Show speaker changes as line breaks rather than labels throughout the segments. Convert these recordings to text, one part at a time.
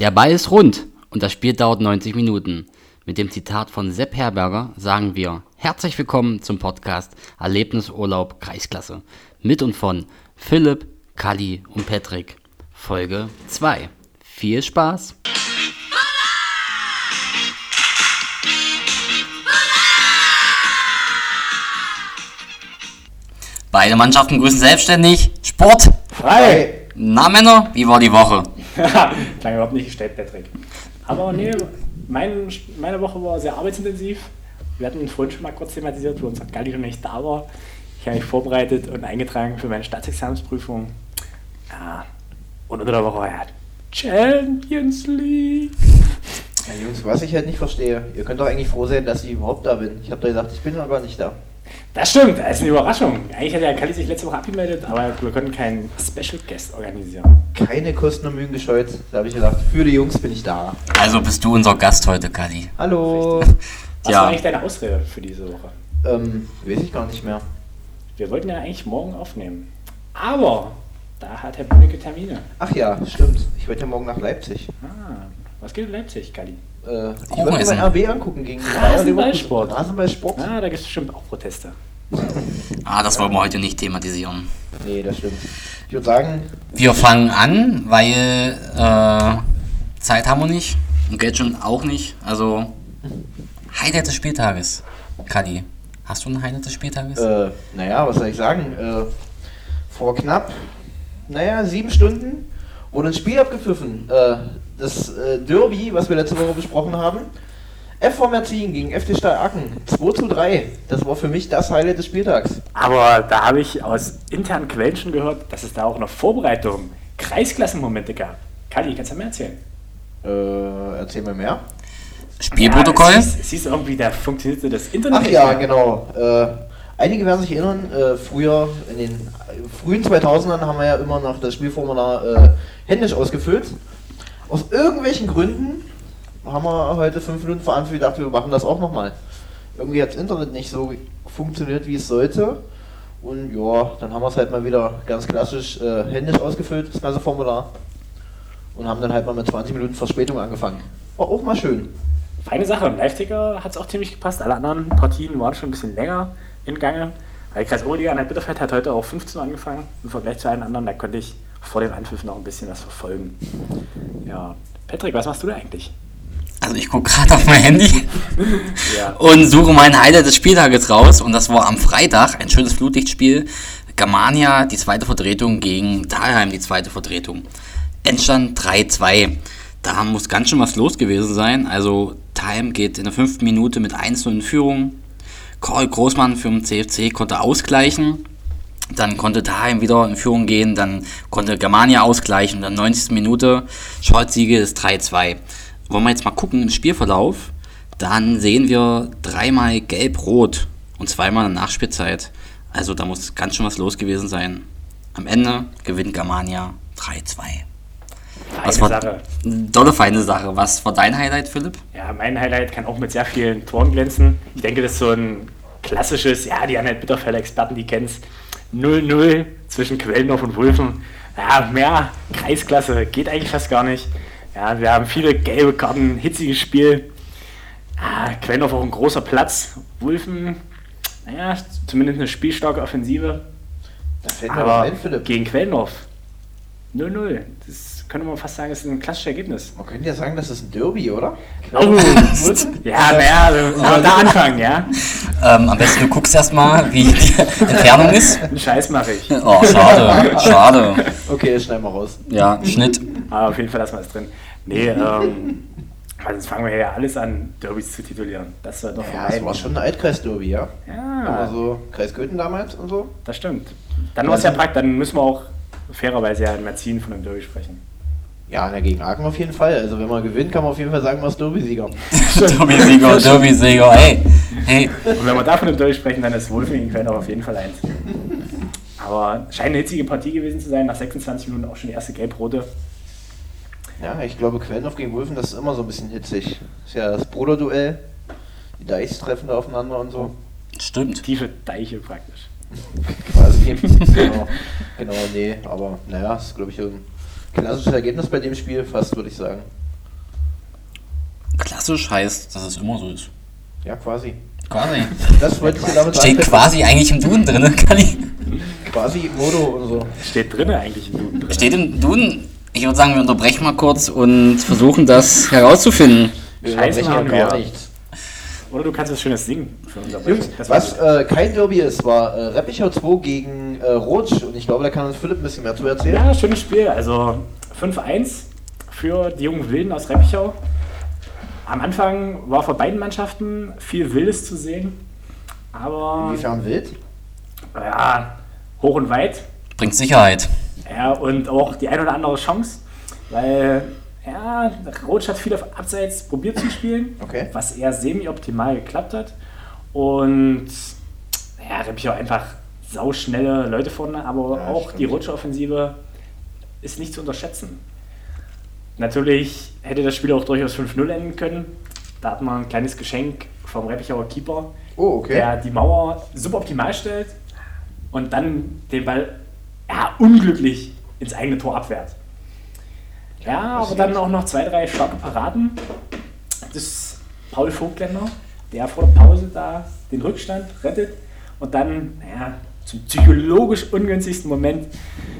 Der Ball ist rund und das Spiel dauert 90 Minuten. Mit dem Zitat von Sepp Herberger sagen wir herzlich willkommen zum Podcast Erlebnisurlaub Kreisklasse. Mit und von Philipp, Kalli und Patrick. Folge 2. Viel Spaß! Beide Mannschaften grüßen selbstständig. Sport!
Hi!
Na Männer, wie war die Woche?
Klang überhaupt nicht gestellt, Patrick. Aber nee, mein, meine Woche war sehr arbeitsintensiv. Wir hatten vorhin schon mal kurz thematisiert, wo unser Galli noch nicht da war. Ich habe mich vorbereitet und eingetragen für meine Staatsexamensprüfung. Ja, und unter der Woche war ja Champions League.
Ja, Jungs, was ich halt nicht verstehe, ihr könnt doch eigentlich froh sein, dass ich überhaupt da bin. Ich habe doch gesagt, ich bin aber nicht da.
Das stimmt, das ist eine Überraschung. Eigentlich hat ja Kalli sich letzte Woche abgemeldet, aber wir konnten keinen Special Guest organisieren.
Keine Kosten und Mühen gescheut. Da habe ich gedacht, für die Jungs bin ich da.
Also bist du unser Gast heute, Kalli.
Hallo.
Was
Ja.
war eigentlich deine Ausrede für diese Woche?
ähm, weiß ich gar nicht mehr.
Wir wollten ja eigentlich morgen aufnehmen. Aber da hat Herr Brünnecke Termine.
Ach ja, stimmt. Ich wollte ja morgen nach Leipzig.
Ah, was geht in Leipzig, Kalli?
Äh, ich
Kuchen
wollte
essen.
mein RB angucken gegen Bayer
Rasenballsport.
Leverkusen. Rasenballsport?
Ah, da gibt es bestimmt auch Proteste.
Ah, das wollen wir heute nicht thematisieren.
Nee, das stimmt. Ich würde sagen,
Wir fangen an, weil äh, Zeit haben wir nicht und Geld schon auch nicht. Also, Highlight des Spieltages. Kadi, hast du ein Highlight des Spieltages?
äh, naja, was soll ich sagen? Äh, vor knapp, naja, sieben Stunden wurde ein Spiel abgepfiffen. Äh, das äh, Derby, was wir letzte Woche besprochen haben. FV Merzin gegen FD Stahl Acken. 2 zu 3. Das war für mich das Highlight des Spieltags.
Aber da habe ich aus internen Quellen schon gehört, dass es da auch noch Vorbereitungen, Kreisklassenmomente gab. Kalli, kannst du mir erzählen?
Äh, erzähl mir mehr.
Spielprotokoll?
Ja, es, hieß, es hieß irgendwie, da funktionierte das Internet.
Ach
nicht
ja,
mehr.
genau. Äh, einige werden sich erinnern, äh, früher in den äh, frühen 2000ern haben wir ja immer noch das Spielformular äh, händisch ausgefüllt. Aus irgendwelchen Gründen haben wir heute fünf Minuten vor Anfang gedacht, wir machen das auch nochmal. Irgendwie hat das Internet nicht so funktioniert, wie es sollte. Und ja, dann haben wir es halt mal wieder ganz klassisch äh, händisch ausgefüllt, das ganze Formular. Und haben dann halt mal mit 20 Minuten Verspätung angefangen. War auch mal schön.
Feine Sache, im Live-Ticker hat es auch ziemlich gepasst. Alle anderen Partien waren schon ein bisschen länger in Gange. Weil Kreis Oberliga an der Bitterfeld hat heute auch 15 Uhr angefangen im Vergleich zu allen anderen. Da konnte ich vor dem Anpfiff noch ein bisschen was verfolgen. Ja, Patrick, was machst du da eigentlich?
Also, ich gucke gerade auf mein Handy
Ja.
und suche mein Highlight des Spieltages raus. Und das war am Freitag ein schönes Flutlichtspiel. Germania, die zweite Vertretung gegen Dahlheim, die zweite Vertretung. Endstand 3-2. Da muss ganz schön was los gewesen sein. Also, Dahlheim geht in der fünften Minute mit 1 in Führung. Karl Großmann für den CFC konnte ausgleichen. Dann konnte Daheim wieder in Führung gehen, dann konnte Germania ausgleichen und dann 90. Minute Scholz-Siege ist 3-2. Wollen wir jetzt mal gucken im Spielverlauf, dann sehen wir dreimal gelb-rot und zweimal in der Nachspielzeit. Also da muss ganz schön was los gewesen sein. Am Ende gewinnt Germania 3-2.
Feine
war-
Sache.
Dolle feine Sache. Was war dein Highlight, Philipp?
Ja, mein Highlight kann auch mit sehr vielen Toren glänzen. Ich denke, das ist so ein klassisches, ja, die Anhalt Bitterfeller Experten, die kennst. 0-0 zwischen Quellendorf und Wulfen. Ja, mehr Kreisklasse geht eigentlich fast gar nicht. Ja, wir haben viele gelbe Karten, hitziges Spiel. Ah, Quellendorf auch ein großer Platz. Wulfen, naja, zumindest eine spielstarke Offensive.
Da fällt mir was
Aber
ein, Philipp.
gegen Quellendorf 0-0. Das könnte man fast sagen, ist ein klassisches Ergebnis.
Man könnte ja sagen, das ist ein Derby, oder?
Oh, ja, naja, aber da anfangen, ja.
Ähm, am besten du guckst erstmal, also- wie die Entfernung ist.
Einen Scheiß mache ich.
Oh, schade, schade.
Okay, das schneiden wir raus.
Ja, Schnitt.
Aber Ah, auf jeden Fall lassen wir es drin. Nee, ähm, also jetzt fangen wir ja alles an, Derbys zu titulieren. Das soll doch
Ja, es
vermeiden.
war schon ein Altkreis-Derby, ja?
Ja,
Also Kreis Göten damals und so.
das stimmt. Dann war es ja
Also-
praktisch, dann müssen wir auch fairerweise ja in Merzin von einem Derby sprechen.
Ja, na, gegen Aachen auf jeden Fall. Also wenn man gewinnt, kann man auf jeden Fall sagen, man ist Derby-Sieger.
Derby-Sieger, Derby-Sieger, hey, hey.
Und wenn wir da von einem Derby sprechen, dann ist Wolfing in Köln auch auf jeden Fall eins. Aber scheint eine hitzige Partie gewesen zu sein, nach 26 Minuten auch schon die erste Gelb-Rote.
Ja, ich glaube, Quellendorf gegen Wulfen, das ist immer so ein bisschen hitzig. Ist ja das Bruderduell. Die Deichs treffen da aufeinander und so.
Stimmt.
Tiefe Deiche praktisch.
Quasi. genau. genau, nee. Aber naja, ist, glaube ich, ein klassisches Ergebnis bei dem Spiel, fast würde ich sagen.
klassisch heißt, dass es immer so ist.
Ja, quasi.
Quasi.
Das wollte ich dir damit
Steht
sagen.
quasi eigentlich im Duden drin, kann ich.
Quasi Modo und so.
Steht drin eigentlich im Duden drin.
Steht im Duden. Ich würde sagen, wir unterbrechen mal kurz und versuchen das herauszufinden.
Wir
Scheiße,
sprechen
machen
ja gar
wir.
nichts.
Oder du kannst was Schönes singen. Für unser
Jungs,
Beispiel. Das
was
war
äh, kein Derby ist, war äh, Reppichau 2 gegen äh, Rotsch und ich glaube, da kann uns Philipp ein bisschen mehr zu
gut.
erzählen.
Ja, schönes Spiel. Also 5-1 für die jungen Wilden aus Reppichau. Am Anfang war vor beiden Mannschaften viel Wildes zu sehen. Aber
Inwiefern wild?
ja, hoch und weit.
Bringt Sicherheit.
Ja, und auch die ein oder andere Chance, weil ja, Rotsch hat viel auf Abseits probiert zu spielen,
Okay.
was eher semi-optimal geklappt hat. Und ja, Reppichau einfach sauschnelle Leute vorne, aber
Ja,
auch
stimmt.
die Rotsch-Offensive ist nicht zu unterschätzen. Natürlich hätte das Spiel auch durchaus 5-0 enden können. Da hat man ein kleines Geschenk vom Reppichauer Keeper,
Oh, okay.
der die Mauer suboptimal stellt und dann den Ball ja, unglücklich ins eigene Tor abwehrt. Ja, aber
passiert.
dann auch noch zwei, drei starke Paraden des Paul Vogtländer, der vor der Pause da den Rückstand rettet und dann ja, zum psychologisch ungünstigsten Moment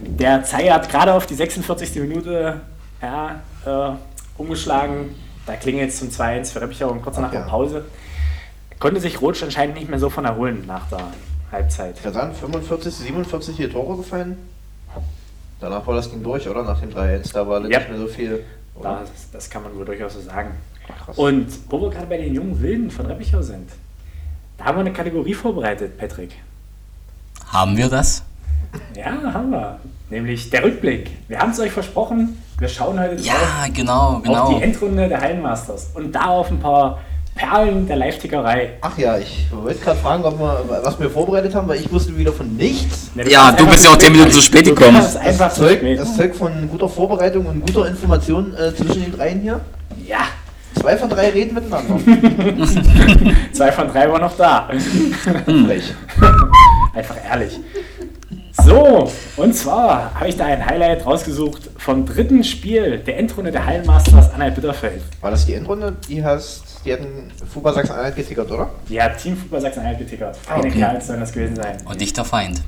der Zeiger hat gerade auf die 46. Minute ja, äh, umgeschlagen. Da klingelt es zum 2-1 für Reppichau und kurz nach der
ja.
Pause konnte sich Rotsch anscheinend nicht mehr so von erholen nach der Halbzeit.
Ich würde sagen, 45, 47 hier Tore gefallen. Danach war das Ding durch, oder? Nach dem 3-1, da war
Ja.
nicht mehr so viel. Oder?
Das, das kann man wohl durchaus so sagen.
Krass.
Und wo wir gerade bei den jungen Wilden von Reppichau sind, da haben wir eine Kategorie vorbereitet, Patrick.
Haben wir das?
Ja, haben wir. Nämlich der Rückblick. Wir haben es euch versprochen. Wir schauen heute drauf
Ja, genau,
auf
genau.
die Endrunde der Hallenmasters und darauf ein paar Perlen der Live-Tickerei.
Ach ja, ich wollte gerade fragen, ob wir, was wir vorbereitet haben, weil ich wusste wieder von nichts.
Ne,
Ja,
kannst
du
einfach
bist ja
zu
auch 10
spät
Minuten
kommen.
zu spät
Du
gekommen.
kannst Einfach
Das
zu
Zeug,
spät.
das Zeug von guter Vorbereitung und guter Information äh, zwischen den dreien hier.
Ja,
Zwei von drei reden miteinander.
zwei von drei waren noch da.
Frech.
Einfach ehrlich. So, und zwar habe ich da ein Highlight rausgesucht vom dritten Spiel der Endrunde der Hallenmasters Anhalt Bitterfeld.
War das die Endrunde? Die hast, die hatten Fußball Sachsen-Anhalt getickert, oder?
Ja, Team Fußball Sachsen-Anhalt getickert. Feine
Ah, Okay.
Kerls sollen das gewesen sein.
Und nicht der Feind.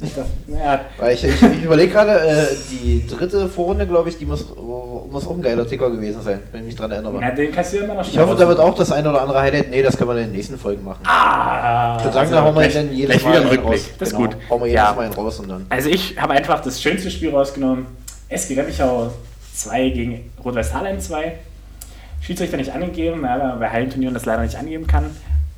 Das, naja,
Weil ich, ich, ich überlege gerade, äh, die dritte Vorrunde, glaube ich, die muss, oh, muss auch ein geiler Ticker gewesen sein, wenn ich mich dran erinnere.
na, den kannst du immer noch
Ich hoffe, da wird auch das ein oder andere Highlight. Nee, das können wir in den nächsten Folgen machen.
Ah,
Ich würde sagen, da hauen wir
gleich-
dann jedes
gleich
Mal
wieder
einen
einen
raus. Genau,
Rückblick. Das ist gut.
Hauen wir jedes
Ja.
Mal einen raus und dann.
Also ich habe einfach das schönste Spiel rausgenommen. SG Reppichau 2 gegen Rot-Weiß-Harlem 2. Schiedsrichter nicht angegeben, weil man bei Hallenturnieren das leider nicht angeben kann.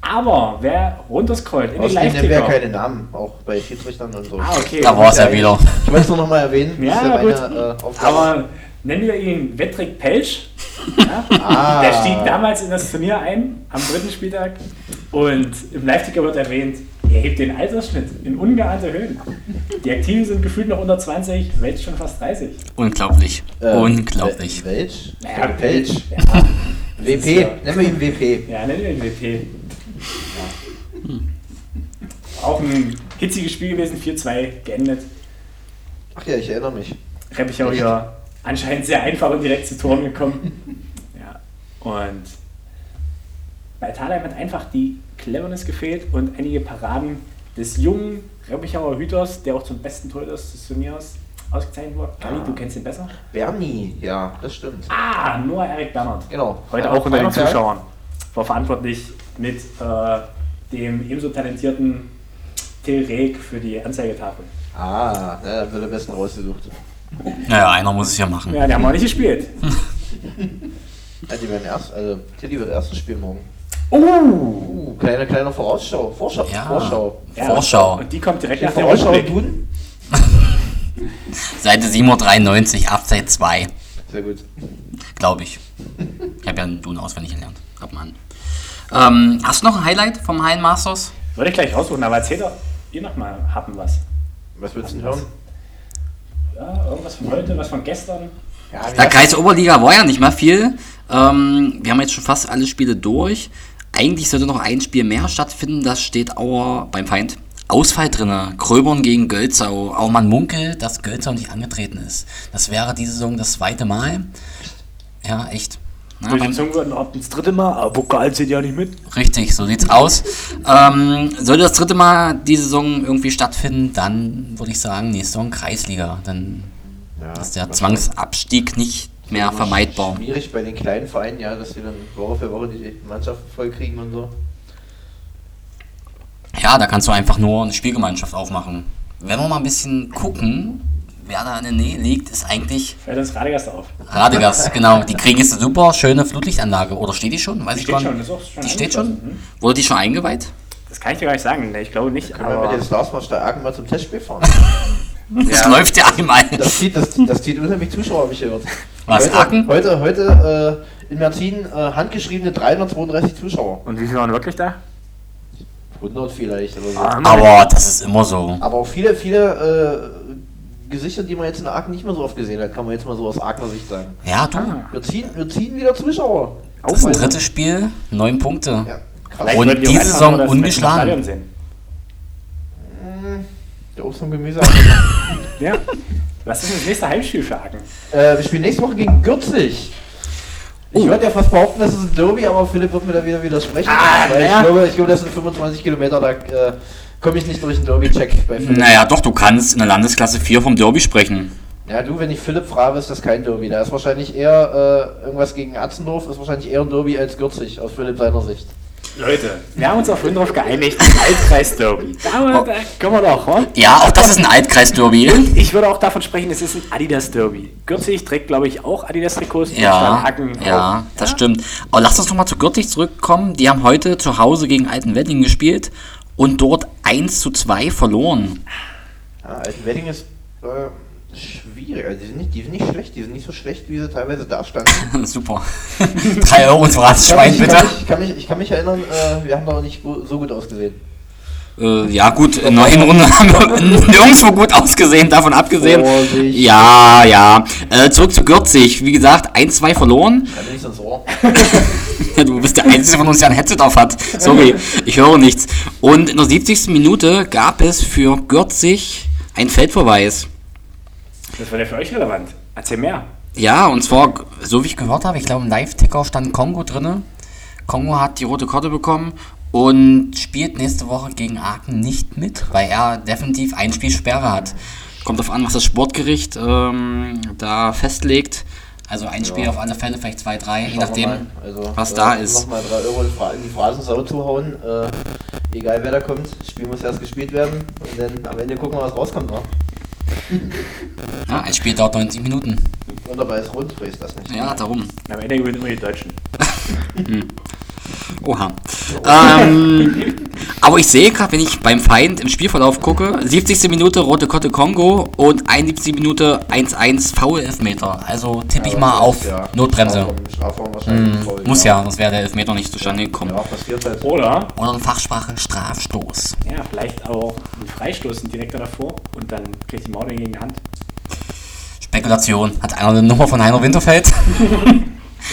Aber wer runterscrollt in den
Außerdem nennen wir ja
Live-Ticker...
keine Namen, auch bei Schiedsrichtern und so.
Ah, okay.
Da war's ja
Ja,
wieder.
Ich wollte es nur nochmal erwähnen. das
Ja,
ist
gut.
ja meine, äh, Aufgabe.
Aber nennen wir ihn Wettrick Pelsch. Ja?
Ah.
Der stieg damals in das Turnier ein, am dritten Spieltag. Und im Live-Ticker wird erwähnt, er hebt den Altersschnitt in ungeahnte Höhen. Die Aktiven sind gefühlt noch unter 20, Welt schon fast 30.
Unglaublich.
Äh,
Unglaublich.
Wel- Welch?
Ja,
Welch?
Ja,
WP,
ja-
nennen wir ihn WP.
ja nennen wir ihn WP.
Hm.
Ja. Auch ein hitziges Spiel gewesen, 4-2 geendet.
Ach ja, ich erinnere mich.
Reppichau hier anscheinend sehr einfach und direkt zu Toren gekommen. Ja. Und bei Thalheim hat einfach die Cleverness gefehlt und einige Paraden des jungen Reppichauer Hüters, der auch zum besten Torhüter des Turniers ausgezeichnet wurde. Kali,
Ah.
du kennst ihn besser.
Bernie, ja, das stimmt.
Ah, Noah Erik Bernhard.
Genau.
Heute
Ja,
auch unter den
feiner Kerl.
Zuschauern. War verantwortlich mit äh, dem ebenso talentierten Till Reg für die Anzeigetafel.
Ah, na, dann wird am besten rausgesucht.
Naja, einer muss es ja machen.
Ja, die haben wir auch nicht gespielt.
Ja, die werden erst, also Tilly wird erstes Spiel morgen.
Oh!
Uh, kleine, kleine Vorausschau. Vorschau,
Ja.
Vorschau.
Ja,
Vorschau.
Und die kommt direkt
Die
nach dem
Vorausschau
Rückblick.
tun?
Seite 793, Abseits 2,
Sehr gut.
glaube ich. Ich habe ja einen Duden auswendig gelernt. Hab mal an. Ähm, hast du noch ein Highlight vom Hallen Masters?
Würde ich gleich raussuchen, aber erzähl doch ihr nochmal, haben was.
Was willst du denn hören?
Ja, irgendwas von heute, was von gestern.
Ja,
Na, Kreis Oberliga war ja nicht mal viel. Ähm, wir haben jetzt schon fast alle Spiele durch. Eigentlich sollte noch ein Spiel mehr stattfinden, das steht Auer beim Feind. Ausfall drinne. Gröbern gegen Gölzau. Auch man munkelt, dass Gölzau nicht angetreten ist. Das wäre diese Saison das zweite Mal. Ja, echt. Ja,
Durch die
beim-
Zunge und ab das dritte Mal, aber Pokal zählt ja nicht mit.
Richtig, so sieht's aus. Ähm, sollte das dritte Mal die Saison irgendwie stattfinden, dann würde ich sagen, nächste Saison Kreisliga. Dann ist der Zwangsabstieg nicht mehr vermeidbar.
Schwierig bei den kleinen Vereinen, ja, dass sie dann Woche für Woche die Mannschaften vollkriegen und so.
Ja, da kannst du einfach nur eine Spielgemeinschaft aufmachen. Wenn wir mal ein bisschen gucken, wer da in der Nähe liegt, ist eigentlich
Fällt uns Radegast auf.
Radegast. genau, die kriegen jetzt eine super schöne Flutlichtanlage. Oder steht die schon? Weiß ich
Steht
gar
schon,
nicht.
ist auch schon ne?
Die steht
angeschlossen. Hm?
schon? Wurde die schon eingeweiht?
Das kann ich dir gar nicht sagen, ne, ich glaube nicht,
Können wir
aber
mit den Stars mal stark mal zum Testspiel fahren?
Das läuft ja einmal.
Das zieht, das, das zieht unheimlich Zuschauer, habe ich gehört.
Was,
heute,
Aken?
heute, heute äh, in Mertin äh, handgeschriebene 332 Zuschauer.
Und wie viele waren wirklich da?
100 vielleicht oder so.
Aber das ist immer so.
Aber auch viele, viele äh, Gesichter, die man jetzt in Aachen nicht mehr so oft gesehen hat, kann man jetzt mal so aus Aachener Sicht sagen.
Ja, du.
Ah,
Wir ziehen, wir ziehen wieder Zuschauer.
Das ist ein
Aufweisen.
drittes Spiel, neun Punkte.
Ja, krass.
Ah. Vielleicht
Und
wollten die auch
diese
einfach
Saison
nur das
ungeschlagen.
Stadion sehen.
Der Obst und Gemüse.
Ja. Was ist denn das nächste Heimspiel für Haken?
äh, wir spielen nächste Woche gegen Gürzig. Ich
Oh.
würde ja fast behaupten, das ist ein Derby, aber Philipp wird mir da wieder widersprechen.
Ah,
weil
ja.
ich, glaube, ich glaube, das sind 25 Kilometer, da äh, komme ich nicht durch den Derby-Check bei Philipp.
Naja, doch, du kannst in der Landesklasse 4 vom Derby sprechen.
Ja, du, wenn ich Philipp frage, ist das kein Derby. Da ist wahrscheinlich eher äh, irgendwas gegen Atzendorf, ist wahrscheinlich eher ein Derby als Gürzig, aus Philipp seiner Sicht.
Leute, wir haben uns auf vorhin drauf geeinigt, Altkreis-Derby. Da, da können wir doch, wa?
Ja, auch das ist ein Altkreis-Derby.
Ich würde auch davon sprechen, es ist ein Adidas-Derby. Gürzig trägt, glaube ich, auch Adidas-Trikots.
Ja,
Haken
ja, das stimmt. Aber lass uns nochmal zu Gürtig zurückkommen. Die haben heute zu Hause gegen Alten Wedding gespielt und dort 1 zu 2 verloren.
Ja, Altenwedding Ah, also ist äh, schwierig. Also die, sind nicht, die sind nicht schlecht, die sind nicht so schlecht, wie sie teilweise da standen.
Super. 3 Euro ins Ratsschwein,
ich, kann
bitte.
mich, ich, kann mich, ich kann mich erinnern, äh, wir haben da auch nicht gu- so gut ausgesehen.
Äh, ja, gut, in der Hinrunde haben wir nirgendwo gut ausgesehen, davon abgesehen.
Vorsicht.
Ja, ja. Äh, zurück zu Gürzig. Wie gesagt, 1 2 verloren.
Kann nicht ins Ohr.
Ja, Du bist der Einzige von uns, der ein Headset auf hat. Sorry, ich höre nichts. Und in der 70. Minute gab es für Gürzig einen Feldverweis.
Das war ja für euch relevant. Erzähl mehr.
Ja, und zwar, so wie ich gehört habe, ich glaube im Live-Ticker stand Kongo drinne. Kongo hat die rote Karte bekommen und spielt nächste Woche gegen Aachen nicht mit, weil er definitiv ein Spiel Sperre hat. Kommt auf an, was das Sportgericht ähm, da festlegt. Also ein Spiel auf alle Fälle, vielleicht zwei, drei, je nachdem,
Nochmal, also,
was
äh,
da ist.
Nochmal drei Euro in Fra- in die Phrasensau zu hauen. Äh, egal wer da kommt, das Spiel muss erst gespielt werden. Und dann am Ende gucken wir, was rauskommt. Ne?
Ja, ein Spiel dauert 90 Minuten.
Und dabei ist rund, so ist das nicht.
Ja, darum.
Und am Ende gewinnen immer die Deutschen.
Oha. Ähm, aber ich sehe gerade, wenn ich beim Feind im Spielverlauf gucke, 70. Minute rote Kotte Kongo und 71. Minute 1-1 faul Elfmeter. Also tippe ich
Aber
mal
das
auf
ist ja
Notbremse. Mhm.
Strafraum- Strafraum wahrscheinlich voll,
Muss ja, sonst wäre der Elfmeter nicht zustande gekommen.
Ja, passiert halt.
Oder,
Oder in Fachsprache Strafstoß.
ja, vielleicht auch einen Freistoß, einen Direktor davor und dann kriegt die Maul gegen die Hand.
Spekulation. Hat einer eine Nummer von Heiner Winterfeld?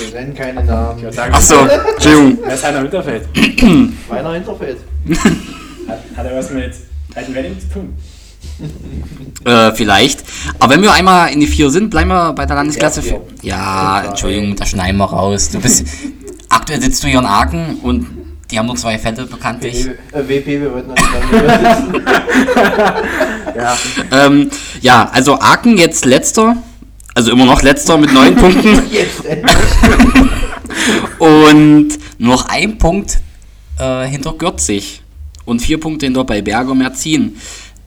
Wir nennen keine Namen.
Ich würde sagen,
Achso, Entschuldigung.
das ist einer Winterfeld.
Meiner Hinterfeld.
Hat, hat er was mit alten Wedding zu tun?
Äh, vielleicht. Aber wenn wir einmal in die 4 sind, bleiben wir bei der Landesklasse.
Ja,
Ja, ja Entschuldigung, da schneiden wir raus. Du bist, aktuell sitzt du hier in Aachen und die haben nur zwei Fälle bekanntlich.
Äh, WP, wir wollten uns dann
Ja.
Ähm, ja, also Aachen jetzt letzter. Also immer noch letzter mit neun Punkten.
Jetzt endlich.
Und nur noch ein Punkt äh, hinter Gürzig. Und vier Punkte hinter bei Berger Merzin.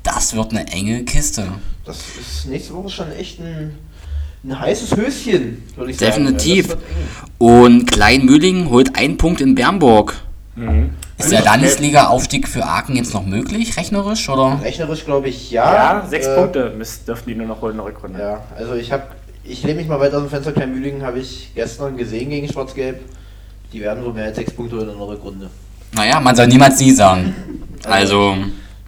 Das wird eine enge Kiste.
Das ist nächste Woche schon echt ein, ein heißes Höschen, würde ich
Definitiv.
sagen. Also
Und Kleinmühling holt einen Punkt in Bernburg.
Mhm.
Ist der Landesliga-Aufstieg für Aachen jetzt noch möglich, rechnerisch? Oder?
Rechnerisch glaube ich ja.
Ja, sechs
Äh,
Punkte müssen, dürften die nur noch holen in der Rückrunde.
Ja, also ich habe, ich lehne mich mal weit aus dem Fenster. Kleinmühligen habe ich gestern gesehen gegen Schwarz-Gelb. Die werden wohl mehr als sechs Punkte holen in der Rückrunde.
Naja, man soll niemals nie sagen. Also,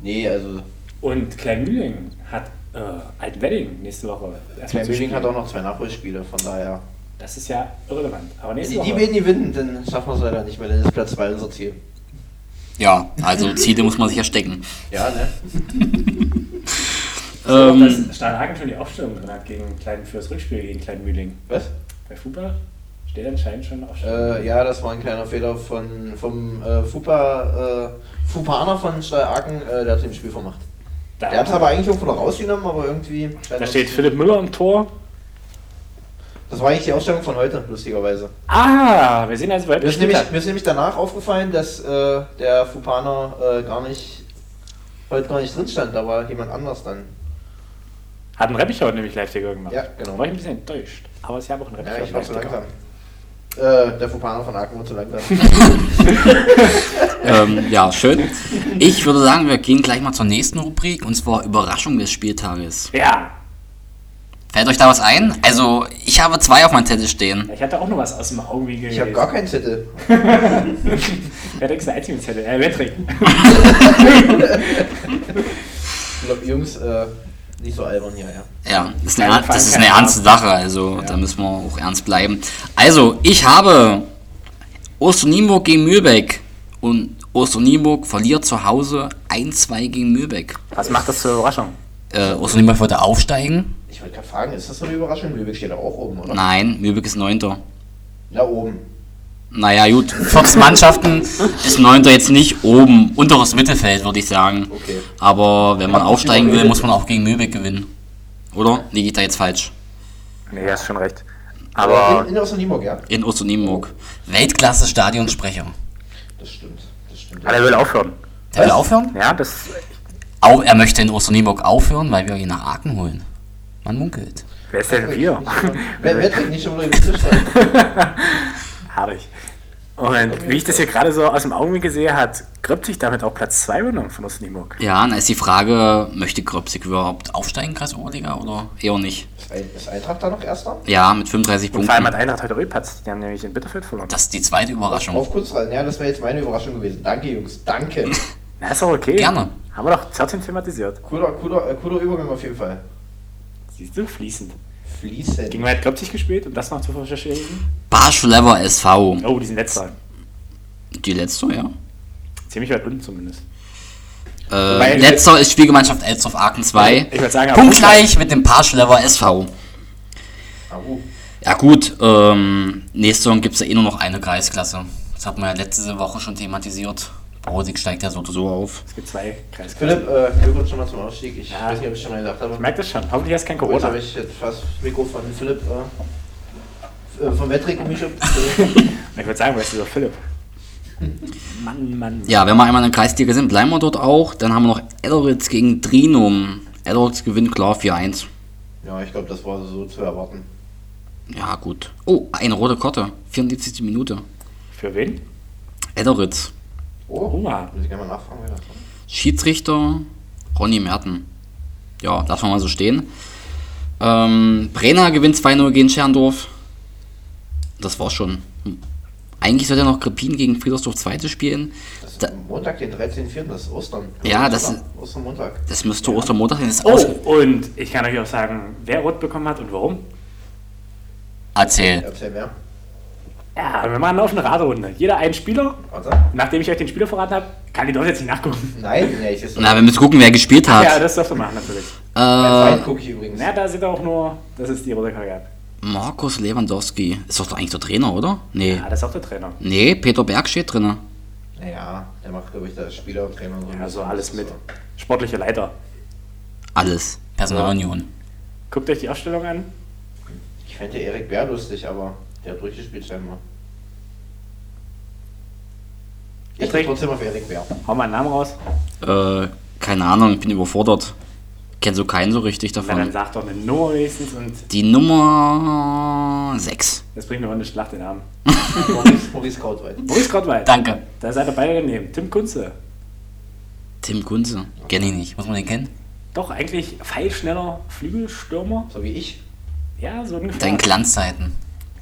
Nee, also
Und Kleinmühling hat äh, alten Wedding nächste Woche. erstmal zu
Kleinmühling
spielen.
hat auch noch zwei Nachholspiele, von daher.
Das ist ja irrelevant. Aber
Wenn
nächste
die, die
Woche.
beiden gewinnen, dann schaffen wir es leider nicht mehr, dann ist Platz 2 unser Ziel.
ja, also Ziele muss man sich ja stecken.
Ja, ne?
Ähm,
dass Steinhagen schon die Aufstellung drin hat gegen Klein, fürs Rückspiel gegen Kleinmühling.
Was?
Bei Fußball? steht anscheinend schon auf
Äh, ja, das war ein kleiner Fehler von, vom äh, Fupa, äh, Fupaner von Steyr-Aken, äh, der hat den Spiel vermacht.
da,
Der hat es aber eigentlich auch wieder rausgenommen, aber irgendwie...
da steht Philipp Müller im Tor.
Das war eigentlich die Ausstellung von heute, lustigerweise.
Ah, wir sehen also weiter.
Mir ist, nämlich, mir ist nämlich danach aufgefallen, dass äh, der Fupaner äh, gar nicht heute gar nicht drin stand, da war jemand anders dann.
Hat ein Reppichhaut nämlich Live-Ticker gemacht.
Ja, genau.
War ich ein bisschen enttäuscht. Aber ich habe auch einen
Ja,
Reppichhaut
ich war zu
Live-Ticker.
langsam. Äh, der Fupaner von Aken war zu langsam.
ähm, ja, schön. Ich würde sagen, wir gehen gleich mal zur nächsten Rubrik und zwar Überraschung des Spieltages.
Ja,
Fällt euch da was ein? Also, ich habe zwei auf meinem Zettel stehen.
ich hatte auch noch was aus dem Augenwinkel
Ich habe gar keinen Zettel.
Wer trägt seine Einziehungszettel? Äh, wer trägt?
Ich glaube, Jungs, äh, nicht so albern hier, ja.
Ja, das ist eine, das ist eine ernste Sache, also da müssen wir auch ernst bleiben. Also, ich habe Osternienburg gegen Mühlbeck und Osternienburg verliert zu Hause 1-2 gegen Mühlbeck.
Was macht das zur Überraschung?
Äh, Osternienburg wollte aufsteigen?
Ich wollte gerade fragen, ist das so eine Überraschung? Lübeck steht da auch oben, oder?
Nein, Mühlbeck ist Neunter.
Da oben.
Naja, gut, 14 Mannschaften ist Neunter jetzt nicht oben, unteres Mittelfeld, würde ich sagen.
Okay.
Aber wenn man aufsteigen will, muss man auch gegen Mühlbeck gewinnen. Oder? Liege ich da jetzt falsch?
Nee, hast schon recht.
in, in Osternieburg, ja.
In Osternienburg. Weltklasse-Stadionsprecher.
Das stimmt. Das stimmt.
Aber er will aufhören.
Der will
Was?
aufhören?
Ja, das.
Au, er möchte in Osternieburg aufhören, weil wir ihn nach Aachen holen. Man munkelt.
Wer ist denn wir?
Wer, wer trägt nicht schon wieder den Tisch sein?
Harrig. Und wie ich das hier gerade so aus dem Augenwinkel sehe, hat Grip sich damit auch Platz 2 genommen von uns Nimburg.
Ja, dann ist die Frage, möchte Gröbsig überhaupt aufsteigen, Kreisoberliga, oder eher nicht?
Ist Ein- Ist Eintracht da noch erster?
Ja, mit 35
Und vor allem
Punkten.
hat Eintracht heute auch gepatzt. Die haben nämlich in Bitterfeld verloren.
Das ist die zweite Überraschung.
Oh.
Auf kurz rein. Ja, das wäre jetzt meine Überraschung gewesen. Danke, Jungs. Danke.
Na, ist doch okay.
Gerne.
Haben wir doch 13 thematisiert.
Cooler, cooler, äh, cooler Übergang auf jeden Fall.
Siehst du, fließend.
Fließend.
Gegen wer hat Grip sich gespielt, um das noch zu verstehen?
Barsch Lever SV.
Oh, die sind letzter.
Die letzte, ja.
Ziemlich weit unten zumindest.
Äh,
Weil-
letzter ist Spielgemeinschaft Elsdorf Aachen 2.
Ich würd sagen, aber-
Punktgleich mit dem Barsch Lever SV.
Au.
Ja gut, ähm, nächste Saison gibt es ja eh nur noch eine Kreisklasse. Das hat man ja letzte Woche schon thematisiert. Brosig steigt ja so oder so auf.
Es gibt zwei Kreisklassen.
Philipp, äh, Glückwunsch schon mal zum Ausstieg. Ich
Ja.
weiß nicht, ob ich schon mal gesagt habe.
Ich merke das schon. Hoffentlich hast du kein
Jetzt
Corona.
habe ich jetzt fast das Mikro von Philipp, äh, äh, von Patrick mich
Ich würde sagen, weißt du, so Philipp. Mann, Mann.
Ja, wenn wir einmal in der Kreisliga sind, bleiben wir dort auch. Dann haben wir noch Elritz gegen Drinum. Elritz gewinnt klar 4-1.
Ja, ich glaube, das war so zu erwarten.
Ja, gut. Oh, eine rote Karte. 74. Minute.
Für wen?
Elritz.
Oh,
Oha.
muss ich gerne mal nachfragen, wer das war.
Schiedsrichter Ronny Merten. Ja, lassen wir mal so stehen. Ähm, Brenner gewinnt 2-0 gegen Scherndorf. Das war's schon. Hm. Eigentlich sollte noch Krepin gegen Friedersdorf 2 spielen.
Das ist
Da-
Montag, den 13.04., das ist Ostern.
Ja, das
Ostern- Ostermontag.
Das müsste Ostermontag sein. Das ist
Oh,
aus-
und ich kann euch auch sagen, wer rot bekommen hat und warum.
Erzähl.
Erzähl mehr.
Ja, wir machen eine offene Raderunde. Jeder einen Spieler.
Warte.
Nachdem ich euch den Spieler verraten habe, kann ich doch jetzt nicht nachgucken.
Nein, nee, ich ist
Na, wir müssen gucken, wer gespielt
Ja,
hat.
das darfst du machen natürlich.
Äh,
Zeit gucke ich übrigens.
Na, da sind auch nur, das ist die rote Karte.
Markus Lewandowski. Ist doch eigentlich der Trainer, oder? Nee.
Ja, Ah, das ist auch der Trainer.
Nee, Peter Berg steht drin.
Naja, der macht, glaube ich, das Spieler und Trainer und so.
Also alles mit.
So.
Sportliche Leiter.
Alles. Personalunion.
Guckt euch die Aufstellung an.
Ich fände Erik Bär lustig, aber der hat durchgespielt scheinbar. Ich
trinke-
trinke trotzdem auf Erik Bär.
Hau mal einen Namen raus.
Äh, keine Ahnung, ich bin überfordert. Kenn so keinen so richtig
Na, dann
davon.
sag doch eine Nummer wenigstens und
Die Nummer 6.
das bringt mir auch eine Schlacht den Namen.
Maurice, Maurice Krautweit.
Boris Gottwald.
Danke.
Da seid ihr beide daneben. Tim Kunze.
Tim Kunze. Kenn ich nicht. Muss man den kennen?
Doch, eigentlich pfeilschneller Flügelstürmer.
So wie ich
Ja, so ungefähr.
Dein Glanzzeiten.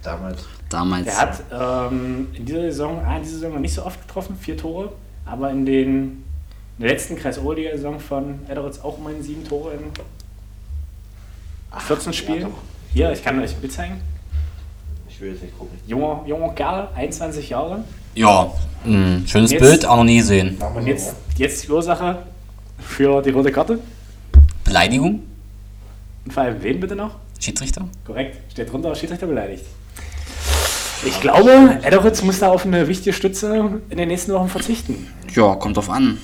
damals.
Damals.
Der hat ähm, in dieser Saison, ah, in dieser Saison noch nicht so oft getroffen, vier Tore, aber in, den, in der letzten kreis saison von Edwards auch immerhin sieben Tore in 14
ja,
Spielen.
doch.
Hier, ich kann euch ein Bild zeigen.
Ich will jetzt nicht gucken.
Junger, junger Kerl, 21 Jahre.
Ja. Mh, Hm, schönes
Jetzt-
Bild, auch noch nie gesehen.
Und
ne?
jetzt,
Oh.
jetzt die Ursache für die rote Karte.
Beleidigung?
Und vor allem wen bitte noch?
Schiedsrichter?
Korrekt, steht drunter, Schiedsrichter beleidigt. Ich glaube, Edoritz muss da auf eine wichtige Stütze in den nächsten Wochen verzichten.
Ja, kommt drauf an,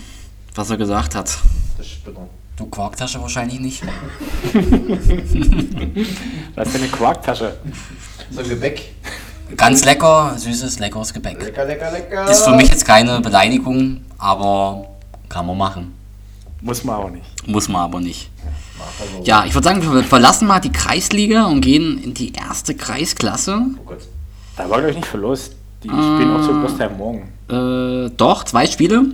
was er gesagt hat.
Das Spinner.
Du Quarktasche wahrscheinlich nicht.
Das ist ja eine Quarktasche.
So Gebäck.
Ganz lecker, süßes, leckeres Gebäck.
Lecker, lecker, lecker.
Ist für mich jetzt keine Beleidigung, aber kann man machen.
Muss man auch nicht.
Muss man aber nicht. Ja, ich würde sagen, wir verlassen mal die Kreisliga und gehen in die erste Kreisklasse.
Oh Gott.
Da wollt ihr euch nicht verlost. Die spielen auch so
Mm.
bloß morgen.
Äh, doch, zwei Spiele.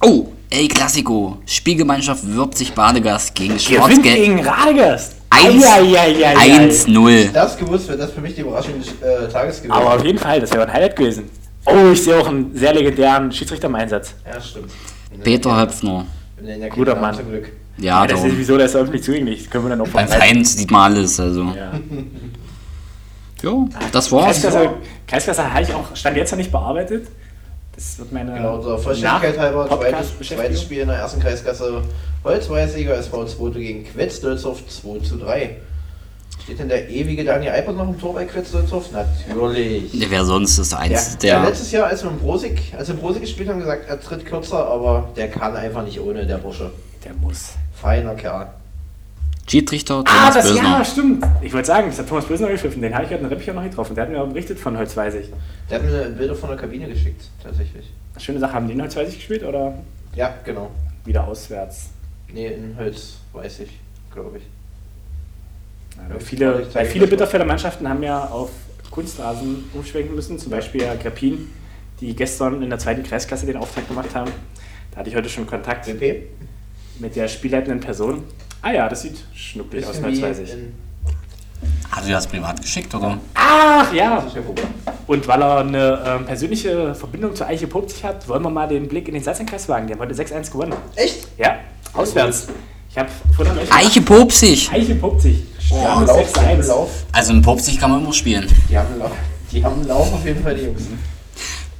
Oh, El Clasico. Spielgemeinschaft wirbt sich Badegast gegen
Gewinnt
Schwarzgeld.
gegen Radegast.
Eins-
Eieieiei.
1-0.
Das gewusst wäre das für mich die Überraschung des äh, Tages gewesen.
Aber auf jeden Fall, das wäre ein Highlight gewesen. Oh, ich sehe auch einen sehr legendären Schiedsrichter im Einsatz.
ja, stimmt. Wir nennen
Peter
ja-
Höpfner.
wir nennen ja keine
Guter
Namen
Mann.
Zum Glück.
Ja,
das ist
doch.
sowieso, der ist öffentlich zugänglich. Das können wir dann auch
Beim
verbreiten.
Feind sieht man alles. Also.
Ja. halt-
Jo, das war's.
Kreisklasse, Kreisklasse habe ich auch Stand jetzt noch nicht bearbeitet. Das wird meine
Genau, zur Vollständigkeit
Nach-
halber,
Podcast
zweites, zweites
beschäftigen.
Spiel in der ersten Kreisklasse. Holzweißiger SV 2 gegen Quetzdölzow 2 zu 3. Steht denn der ewige Daniel Eipert noch im Tor bei Quetzdölzow? Natürlich.
Wer sonst ist eins
Ja,
der.
letztes Jahr, als wir, im Brosig, als wir im Brosig gespielt haben, gesagt, er tritt kürzer, aber der kann einfach nicht ohne, der Bursche.
Der muss.
Feiner Kerl.
Schiedsrichter
Ah,
Thomas
das ja,
Bösner.
stimmt. Ich wollte sagen, das hat Thomas Bösner gepfiffen. Den habe ich gerade in Reppicher noch getroffen. Der hat mir auch berichtet von Holzweisig.
Der hat mir Bilder von der Kabine geschickt, tatsächlich.
Schöne Sache. Haben die in Holzweisig gespielt oder
Ja, genau.
wieder auswärts?
Nee, in Hölz, weiß ich, glaube ich.
Ja, viele,
Ich zeige
weil viele
das mal.
Bitterfelder Mannschaften haben ja auf Kunstrasen umschwenken müssen, zum Beispiel ja Greppin, die gestern in der zweiten Kreisklasse den Auftrag gemacht haben. Da hatte ich heute schon Kontakt
WP?
mit der spielleitenden Person. Ah ja, das sieht schnucklig aus,
Bisschen wie
1920.
in-
Hat du das Also, privat geschickt, oder?
Ach ja!
Das ist ja gut.
Und weil er eine ähm, persönliche Verbindung zu Eiche Popzig hat, wollen wir mal den Blick in den Salzlandkreis wagen. Die haben heute 6-1 gewonnen.
Echt?
Ja, auswärts. Ich habe vorhin am Eiche,
Eiche Popsig.
Eiche Popzig.
Ja,
Ja,
im Oh, Lauf, die haben einen
6-1.
Lauf.
Also ein Popsig kann man immer spielen.
Die haben einen Lauf. Die haben einen Lauf auf jeden Fall, die Jungs.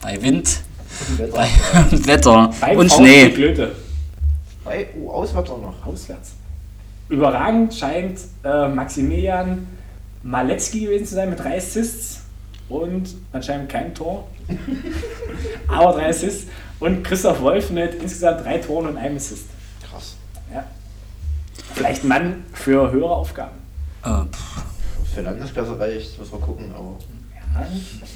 Bei Wind,
Die Wetter.
bei Wetter
Beim
und
VfB
Schnee.
Klöte.
Bei oh, Auswärts auch noch.
Auswärts. Überragend scheint äh, Maximilian Maletzki gewesen zu sein mit drei Assists und anscheinend kein Tor. Aber drei Assists. Und Christoph Wolf mit insgesamt drei Toren und einem Assist.
Krass.
Ja. Vielleicht ein Mann für höhere Aufgaben.
Äh, pff,
Für Landesklasse reicht, müssen wir gucken, aber.
Ja.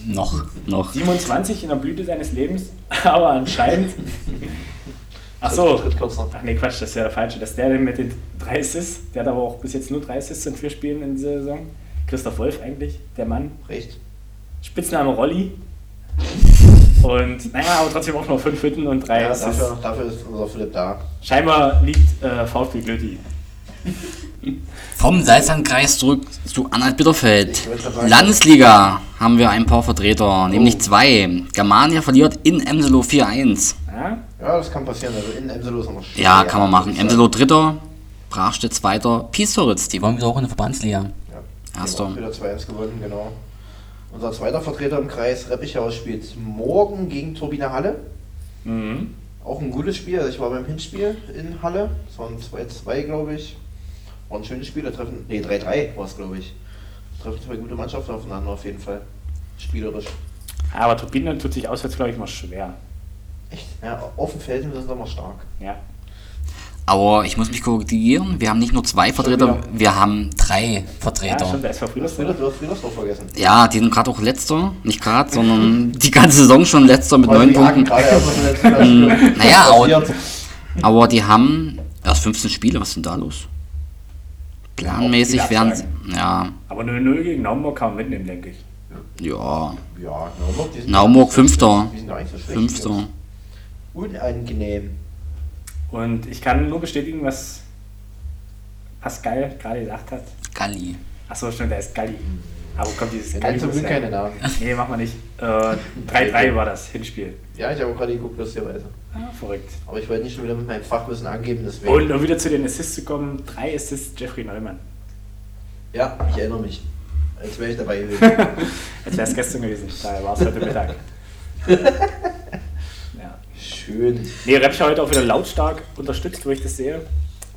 noch, noch.
27 in der Blüte seines Lebens, aber anscheinend. Ach so.
Tritt kürzer.
Ach nee, Quatsch, das ist ja der falsche. Das ist der mit den drei Assists. Der hat aber auch bis jetzt nur drei Assists in vier Spielen in dieser Saison. Christoph Wolf eigentlich, der Mann.
Recht.
Spitzname Rolli. Und naja, aber trotzdem auch nur fünf Hütten und drei
Ja,
Assists.
dafür, dafür ist unser Philipp da.
Scheinbar liegt äh, VfB Glöti.
Vom Salzlandkreis zurück zu Anhalt Bitterfeld.
Ich wollte gerade sagen- Oh.
Landesliga haben wir ein paar Vertreter, nämlich zwei. Germania verliert in Emselo 4-1.
Ja?
Ja, das kann passieren. Also in Emselo ist noch schwer.
Ja, kann man machen. Emselo dritter, Brachstedt zweiter, Piesteritz, die wollen wieder hoch in der Verbandsliga.
Ja.
Erster.
Wir haben auch Wieder 2-1 gewonnen, genau. Unser zweiter Vertreter im Kreis, Reppichhaus, spielt morgen gegen Turbine Halle.
Mhm.
Auch ein gutes Spiel. Also ich war beim Hinspiel in Halle. Es waren 2-2, glaube ich. War ein schönes Spiel. Da treffen. Nee, 3-3 war es, glaube ich. Da treffen zwei gute Mannschaften aufeinander auf jeden Fall. Spielerisch.
Aber Turbine tut sich auswärts, glaube ich, mal schwer.
Echt? Ja, auf dem Feld sind wir nochmal stark.
Ja.
Aber ich muss mich korrigieren, wir haben nicht nur zwei Vertreter,
wieder.
wir haben drei
Ja, stimmt,
Vertreter.
der SV Friedersdorf.
Frieders, du hast Friedersdorf vergessen.
Ja, die sind gerade auch letzter, nicht gerade, sondern die ganze Saison schon letzter mit neun Punkten. naja,
Naja,
aber-
und
Aber die haben erst 15 Spiele, was ist denn da los? Planmäßig
Auch viele
wären sie.
Absagen.
Ja,
Aber 0-0 gegen Naumburg kann man mitnehmen, denke ich.
ja.
Ja, Naumburg, die sind-
Naumburg Fünfter.
Die sind gar nicht so schlecht.
Fünfter.
Unangenehm.
Und ich kann nur bestätigen, was Pascal gerade gesagt hat.
Galli.
Achso, stimmt, der ist Galli. Aber wo kommt dieses
Wir nennen zum
bloß
Glück
her?
keine Namen.
Nee, machen wir nicht. Äh, 3-3 war das Hinspiel.
Ja, ich habe auch gerade geguckt, lustigerweise.
Ah, verrückt.
Aber ich wollte nicht schon wieder mit meinem Fachwissen angeben, deswegen.
Und um wieder zu den Assists zu kommen, drei Assists Jeffrey Neumann.
Ja, ich erinnere mich. Als wäre ich dabei gewesen.
Als wäre es gestern gewesen. Daher war es heute Mittag. ja.
Schön.
Nee, Repscher heute auch wieder lautstark unterstützt, wo ich das sehe.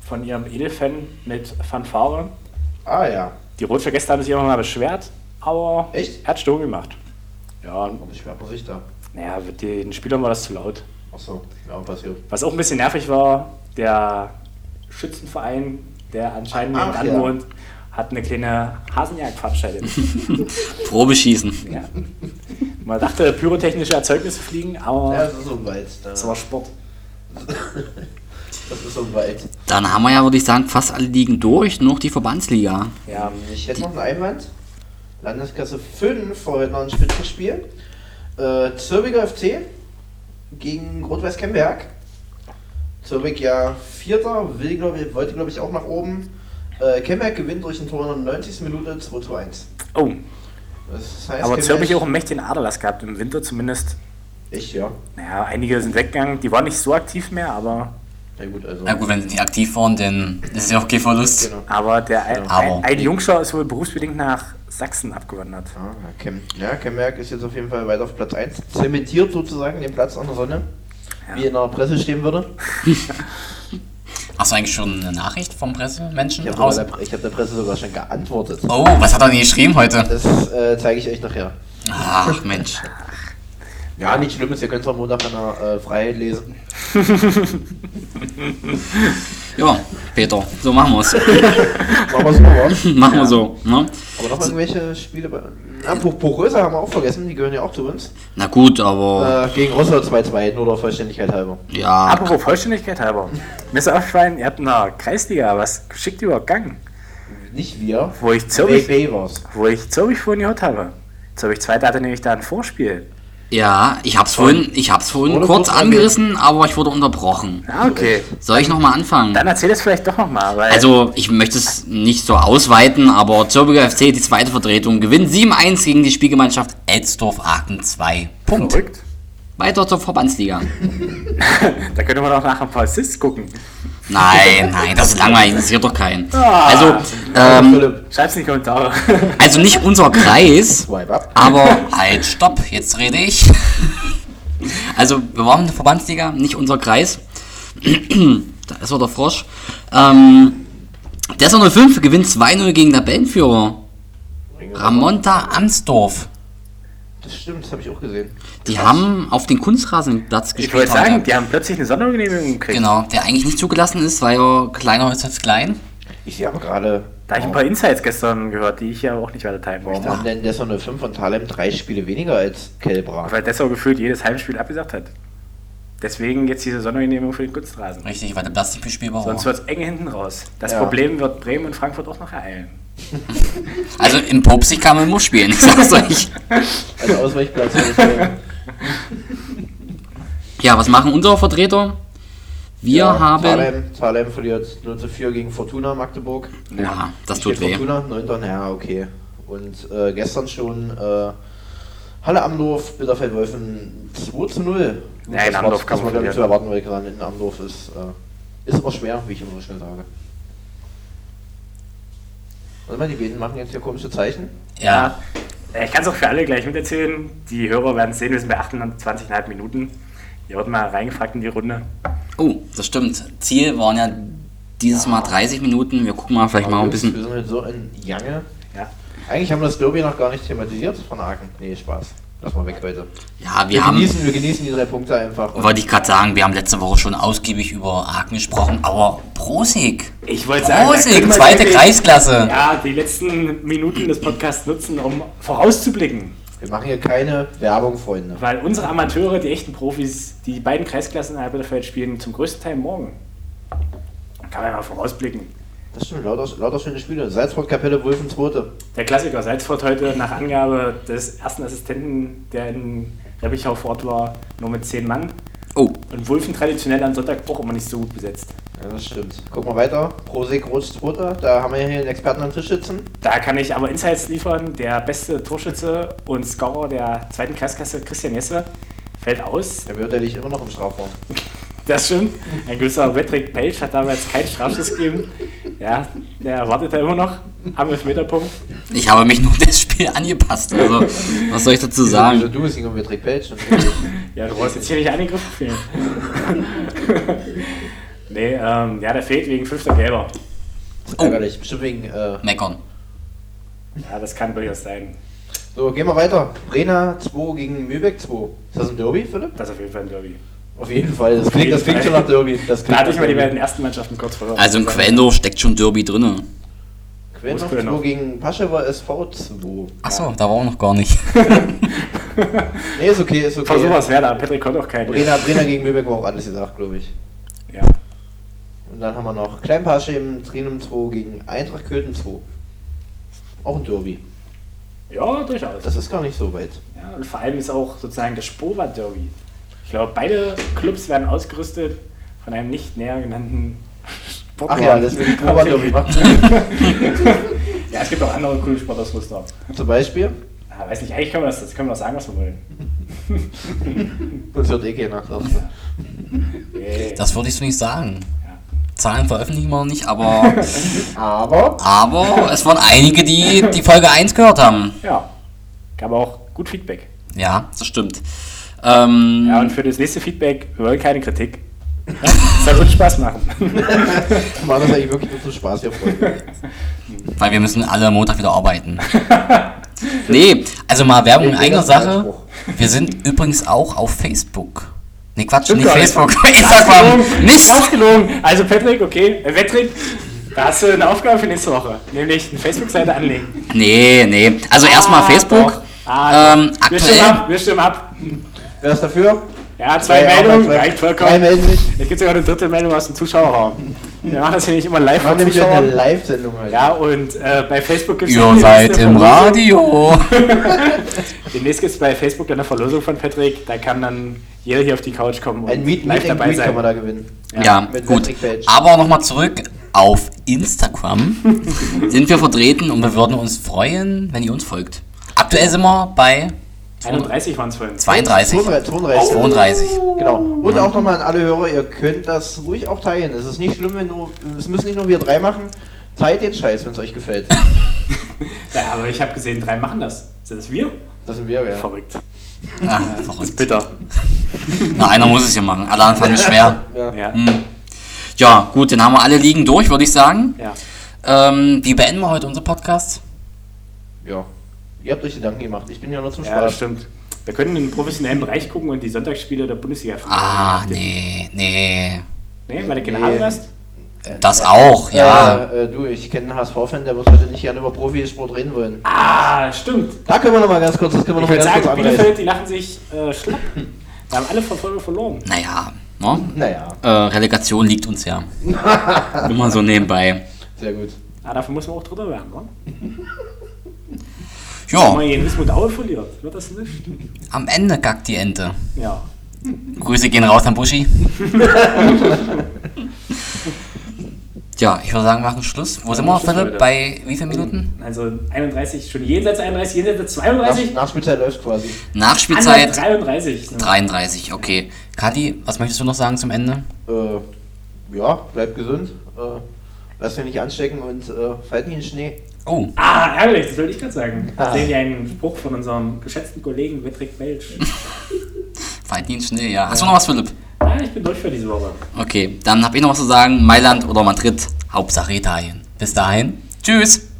Von ihrem Edelfan mit Fanfare.
Ah ja.
Die Rotscher gestern haben sich immer mal beschwert, aber
Echt?
er hat Sturm gemacht. Ja,
Aber ich war Richter.
naja, den Spielern war das zu laut.
Achso, ja, passiert.
Was auch ein bisschen nervig war, der Schützenverein, der anscheinend
Ach,
nebenan
ja.
wohnt, hat eine kleine Hasenjagd veranstaltet.
Probeschießen.
ja. Man dachte, pyrotechnische Erzeugnisse fliegen, aber
Ja, das ist so ein Wald. Da-
das war Sport.
Das ist so ein Wald.
Dann haben wir ja, würde ich sagen, fast alle Ligen durch, nur noch die Verbandsliga.
Ja,
Ich hätte noch einen Einwand. Landesklasse 5 vor heute noch ein Spitzenspiel. Äh, Zürbiger FC gegen Rot-Weiß Kemberg. Zürbig ja Vierter, will, glaub ich, wollte glaube ich auch nach oben. Äh, Kemberg gewinnt durch ein Tor in der 90. Minute 2 zu 1.
oh,
Das heißt,
aber
Kemberg-
Zürich auch einen mächtigen Aderlass gehabt, im Winter zumindest.
Ich, ja.
Naja, einige sind weggegangen, die waren nicht so aktiv mehr, aber,
Ja gut, also.
Na gut, wenn sie nicht aktiv waren, dann ist es ja auch kein Verlust.
Genau.
aber der ein,
Aber-
ein, ein Jungschau ist wohl berufsbedingt nach Sachsen abgewandert.
Ah, Kem ja, Kemmerk ist jetzt auf jeden Fall weiter auf Platz 1. Zementiert sozusagen den Platz an der Sonne,
Ja.
wie in der Presse stehen würde.
Hast du eigentlich schon eine Nachricht vom Pressemenschen?
Ich habe
aus?
der, ich hab der Presse sogar schon geantwortet.
Oh, was hat er denn geschrieben heute?
Das äh, zeige ich euch nachher.
Ach Mensch.
Ja, nichts Schlimmes, ihr könnt es am Montag in der äh, Freiheit lesen.
Ja, Peter, so machen wir es.
Ah.
Machen wir so, wa?
machen wir so. Ne?
Aber noch irgendwelche Spiele bei. Ah, Buch Buchröser haben wir auch vergessen, die gehören ja auch zu uns.
Na gut, aber
Äh, gegen Russland 2-2, nur der Vollständigkeit halber.
ja,
Apropos Vollständigkeit halber. Mr. Aufschwein, ihr habt in der Kreisliga was geschickt übergangen,
Nicht wir.
wo ich Zürich
WB war's.
wo ich Zürich vorhin gehört habe. Zürich 2 hatte nämlich da ein Vorspiel.
ja, ich hab's vorhin, ich hab's vorhin
Wurde
kurz
kurz
angerissen, aber ich wurde unterbrochen.
Ah, okay.
Soll ich nochmal anfangen?
Dann erzähl es vielleicht doch nochmal, weil
Also, ich möchte es nicht so ausweiten, aber Zürbiger FC, die zweite Vertretung, gewinnt 7-1 gegen die Spielgemeinschaft Elsdorf-Aachen 2. Punkt.
verrückt.
Weiter zur Verbandsliga.
Da könnte man doch nach ein paar Assists gucken.
Nein, nein, das ist langweilig, das interessiert doch keinen.
Ah.
Also, ähm,
Philipp,
Schreib's in die Kommentare.
also nicht unser Kreis,
swipe up.
aber halt, stopp, jetzt rede ich. Also, wir waren in der Verbandsliga, nicht unser Kreis. Da ist er der Frosch. Ähm, Dessau 05 gewinnt 2-0 gegen Tabellenführer. Ramonta Amsdorf.
Das stimmt, das habe ich auch gesehen.
Die haben auf den Kunstrasenplatz
Ich
gespielt.
wollte sagen,
heute.
die haben plötzlich eine Sondergenehmigung gekriegt.
genau, der eigentlich nicht zugelassen ist, weil er kleiner ist als klein.
Ich sehe aber gerade. oh,
Da habe ich ein paar Insights gestern gehört, die ich ja auch nicht weiter teilen
Warum
möchte.
haben denn Dessau 05 und Thalem drei Spiele weniger als Kelbra?
Weil Dessau gefühlt jedes Heimspiel abgesagt hat. Deswegen jetzt diese Sondergenehmigung für den Kunstrasen.
Richtig, weil der Plastik bespielbar war.
Sonst wird's eng hinten raus. Das
Ja.
Problem wird Bremen und Frankfurt auch noch ereilen.
Also im Popsi kann man nur spielen, ich sag's euch.
Also Ausweichplatz. ja.
Ja, was machen unsere Vertreter? Wir haben.
Thalem, Thalem verliert 0 zu 4 gegen Fortuna Magdeburg.
Ja, das tut
Steht
weh.
Fortuna, 9. Ja, okay. Und äh, gestern schon äh, Halle Amdorf, Bitterfeld Wolfen 2 zu 0.
Ja, in
das
Amdorf
war,
kann man
das war, glaub ich,
verlieren. ne?
zu erwarten, weil gerade in Amdorf ist, äh, ist immer schwer, wie ich immer so schnell sage. Warte mal, die beiden machen jetzt hier komische Zeichen.
Ja,
Ich kann es auch für alle gleich miterzählen. Die Hörer werden es sehen, wir sind bei 28,5 Minuten. Ihr wird mal reingefragt in die Runde.
oh, das stimmt. Ziel waren ja dieses Mal 30 Minuten. Wir gucken mal, vielleicht mal ein
Jungs, Wir
bisschen.
sind halt so in Jange.
Ja.
Eigentlich haben wir das Derby noch gar nicht thematisiert von Aachen. Nee, Spaß. Lass mal weg heute.
Ja,
Wir,
wir haben.
genießen, wir genießen die drei Punkte einfach. Und
Wollte ich gerade sagen, wir haben letzte Woche schon ausgiebig über Aachen gesprochen, aber Prosig.
Ich wollte sagen, da
Prosig,
können wir
zweite
wirklich-
Kreisklasse.
Ja, die letzten Minuten des Podcasts nutzen, um vorauszublicken.
wir machen hier keine Werbung, Freunde.
Weil unsere Amateure, die echten Profis, die beiden Kreisklassen in Albertfeld spielen, zum größten Teil morgen. Kann man ja mal vorausblicken.
Das stimmt, lauter, lauter schöne Spiele. Salzburg, Kapelle, Wulfen, Zweite.
Der Klassiker Salzfurt heute nach Angabe des ersten Assistenten, der in Reppichau vor Ort war, nur mit 10 Mann.
Oh,
Und Wulfen traditionell am Sonntag auch immer nicht so gut besetzt.
Ja, das stimmt. Guck mal weiter. Prosek, Rotsch, Zweite. Da haben wir hier einen Experten am Tisch sitzen.
Da kann ich aber Insights liefern. Der beste Torschütze und Scorer der zweiten Kreisklasse, Christian Jesse, fällt aus.
Der wird ja nicht immer noch im Strafraum.
Das stimmt. Ein gewisser Patrick Page hat damals keinen Strafschuss gegeben. Ja, der wartet da immer noch am Elfmeterpunkt.
ich habe mich nur das Spiel angepasst. Also, was soll ich dazu
Wieso
sagen?
Also du bist um irgendwie Trick Page.
Ja, du brauchst jetzt hier nicht angegriffen fühlen. nee, ähm, ja, der fehlt wegen fünfter Gelber.
Ärgerlich. Bestimmt wegen äh,
Meckern.
Ja, das kann durchaus sein.
So, gehen wir weiter. Brena 2 gegen Mühlbeck 2. Ist das ein Derby, Philipp?
Das ist auf jeden Fall ein Derby.
Auf jeden Fall. Das klingt, das
jeden
klingt schon
Fall.
nach Derby. Das klingt
Da hatte ich
nach
mal die
Derby.
beiden ersten Mannschaften kurz verloren.
Also in Quellendorf steckt schon Derby drinne.
Quellendorf
Muss Quellendorf.
2 gegen Paschewer SV 2.
Achso, da war auch noch gar nicht.
Nee, ist okay, ist okay.
Versuch was wäre da. Patrick konnte auch keinen.
Brena, Brena gegen Mühlbeck war auch alles gesagt, glaube ich.
Ja.
Und dann haben wir noch Kleinpaschem, Trinum 2 gegen Eintracht Köthen 2. Auch ein Derby.
ja, durchaus.
Das ist gar nicht so weit.
Ja, und vor allem ist auch sozusagen das Spowa Derby. Ich glaube, beide Clubs werden ausgerüstet von einem nicht näher genannten Sportler.
Ach ja, deswegen Spowa Derby.
ja, es gibt auch andere coole Sportausrüster.
Zum Beispiel,
Ja, weiß nicht, eigentlich können wir das, das können wir doch sagen, was wir wollen.
uns hört eh keiner. glaubst du?
Nee.
Das würde ich so nicht sagen.
Ja.
Zahlen veröffentlichen wir noch nicht, aber,
Aber
aber es waren einige, die die Folge 1 gehört haben.
ja, gab auch gut Feedback.
Ja, das stimmt. Ähm,
Ja, und für das nächste Feedback, wir wollen keine Kritik. Es soll uns Spaß machen.
war das eigentlich wirklich nur zum Spaß, ihr Freunde.
Weil wir müssen alle Montag wieder arbeiten. nee, also mal Werbung in
Nee,
eigener
das war ein
Sache.
Spruch.
Wir sind übrigens auch auf Facebook. Nee, Quatsch,
Stimmt
nicht
gar nicht.
Facebook. Instagram. Nicht
Ausgelogen. Also Patrick, okay, äh, Patrick, da hast du eine Aufgabe für nächste Woche, nämlich eine Facebook-Seite anlegen.
Nee, nee. Also erstmal
Ah,
Facebook.
doch. Ah,
ähm,
wir stimmen
aktuell.
ab, wir stimmen ab.
Wer ist dafür?
Ja, zwei
Drei,
Meldungen,
drei,
reicht
Drei
vollkommen.
melden sich.
Jetzt gibt es sogar eine dritte Meldung aus dem Zuschauerraum. Wir machen das hier nicht immer live
Wir
vor
haben nämlich wieder eine
Zuschauern.
Live-Sendung heute.
Ja, und äh, bei Facebook gibt es
Ihr seid im Radio.
Demnächst gibt es bei Facebook dann eine Verlosung von Patrick. Da kann dann jeder hier auf die Couch kommen und
Ein Meet,
live
Meet and
dabei
Greet
sein.
kann man da gewinnen.
Ja,
mit
gut.
Patrick Page.
Aber nochmal zurück auf Instagram. sind wir vertreten und wir würden uns freuen, wenn ihr uns folgt. Aktuell sind wir bei
31 waren es vorhin.
32.
32. 32.
32.
Genau. Und auch nochmal an alle Hörer, ihr könnt das ruhig auch teilen. Es ist nicht schlimm, wenn nur, es müssen nicht nur wir drei machen. Teilt den Scheiß, wenn es euch gefällt.
Ja, aber ich habe gesehen, drei machen das. Sind das wir?
Das sind wir, ja.
Verrückt. Oh.
Ah, verrückt.
Bitter.
Na, einer muss es ja machen. Alle anfangen ist schwer.
ja.
Ja.
Hm. Ja, gut, dann haben wir alle Ligen durch, würde ich sagen.
ja.
Ähm, wie beenden wir heute unseren Podcast?
ja. Ihr habt euch Gedanken gemacht. Ich bin ja nur zum
Ja, das
Spaß.
stimmt. Wir können in den professionellen Bereich gucken und die Sonntagsspiele der Bundesliga fragen.
Ah, nee, nee.
Nee, weil du keine
Nee.
Ahnung hast?
Das auch, ja.
Äh, äh, du, ich kenne einen HSV-Fan, der wird heute nicht gerne über Profisport reden wollen.
Ah, stimmt.
Da können wir nochmal ganz kurz, das können wir
Ich
nochmal
würde
ganz kurz
sagen,
anreißen.
Bielefeld, die lachen sich äh, schlapp. Wir haben alle Verfolger verloren.
Naja, ne?
Naja,
Äh, Relegation liegt uns ja. Immer so nebenbei.
sehr gut.
Ah, dafür muss man auch Dritter werden, ne? Wenn
Ja,
man jeden Missmut Aue verliert, wird das nicht.
am Ende kackt die Ente.
Ja.
Grüße gehen raus an Buschi. ja, ich würde sagen, wir machen Schluss. Wo sind wir,
machen Schluss,
Philipp?
Leute.
Bei wie vielen Minuten?
Also 31, schon jenseits 31, jenseits 32.
Nach, nach Spielzeit läuft quasi.
Nachspielzeit
33.
33, okay. Kadi, was möchtest du noch sagen zum Ende?
Äh, ja, bleibt gesund. Äh, lasst euch nicht anstecken und äh, fallt nicht in den Schnee.
Oh,
Ah, ärgerlich, das wollte ich gerade sagen.
Ah.
Sehen wir einen Spruch von unserem geschätzten Kollegen Patrick Welch.
fällt nie schnell, ja. Hast du noch was, Philipp?
Ah, ich bin durch für diese Woche.
Okay, dann hab ich noch was zu sagen. Mailand oder Madrid, Hauptsache Italien. Bis dahin, tschüss.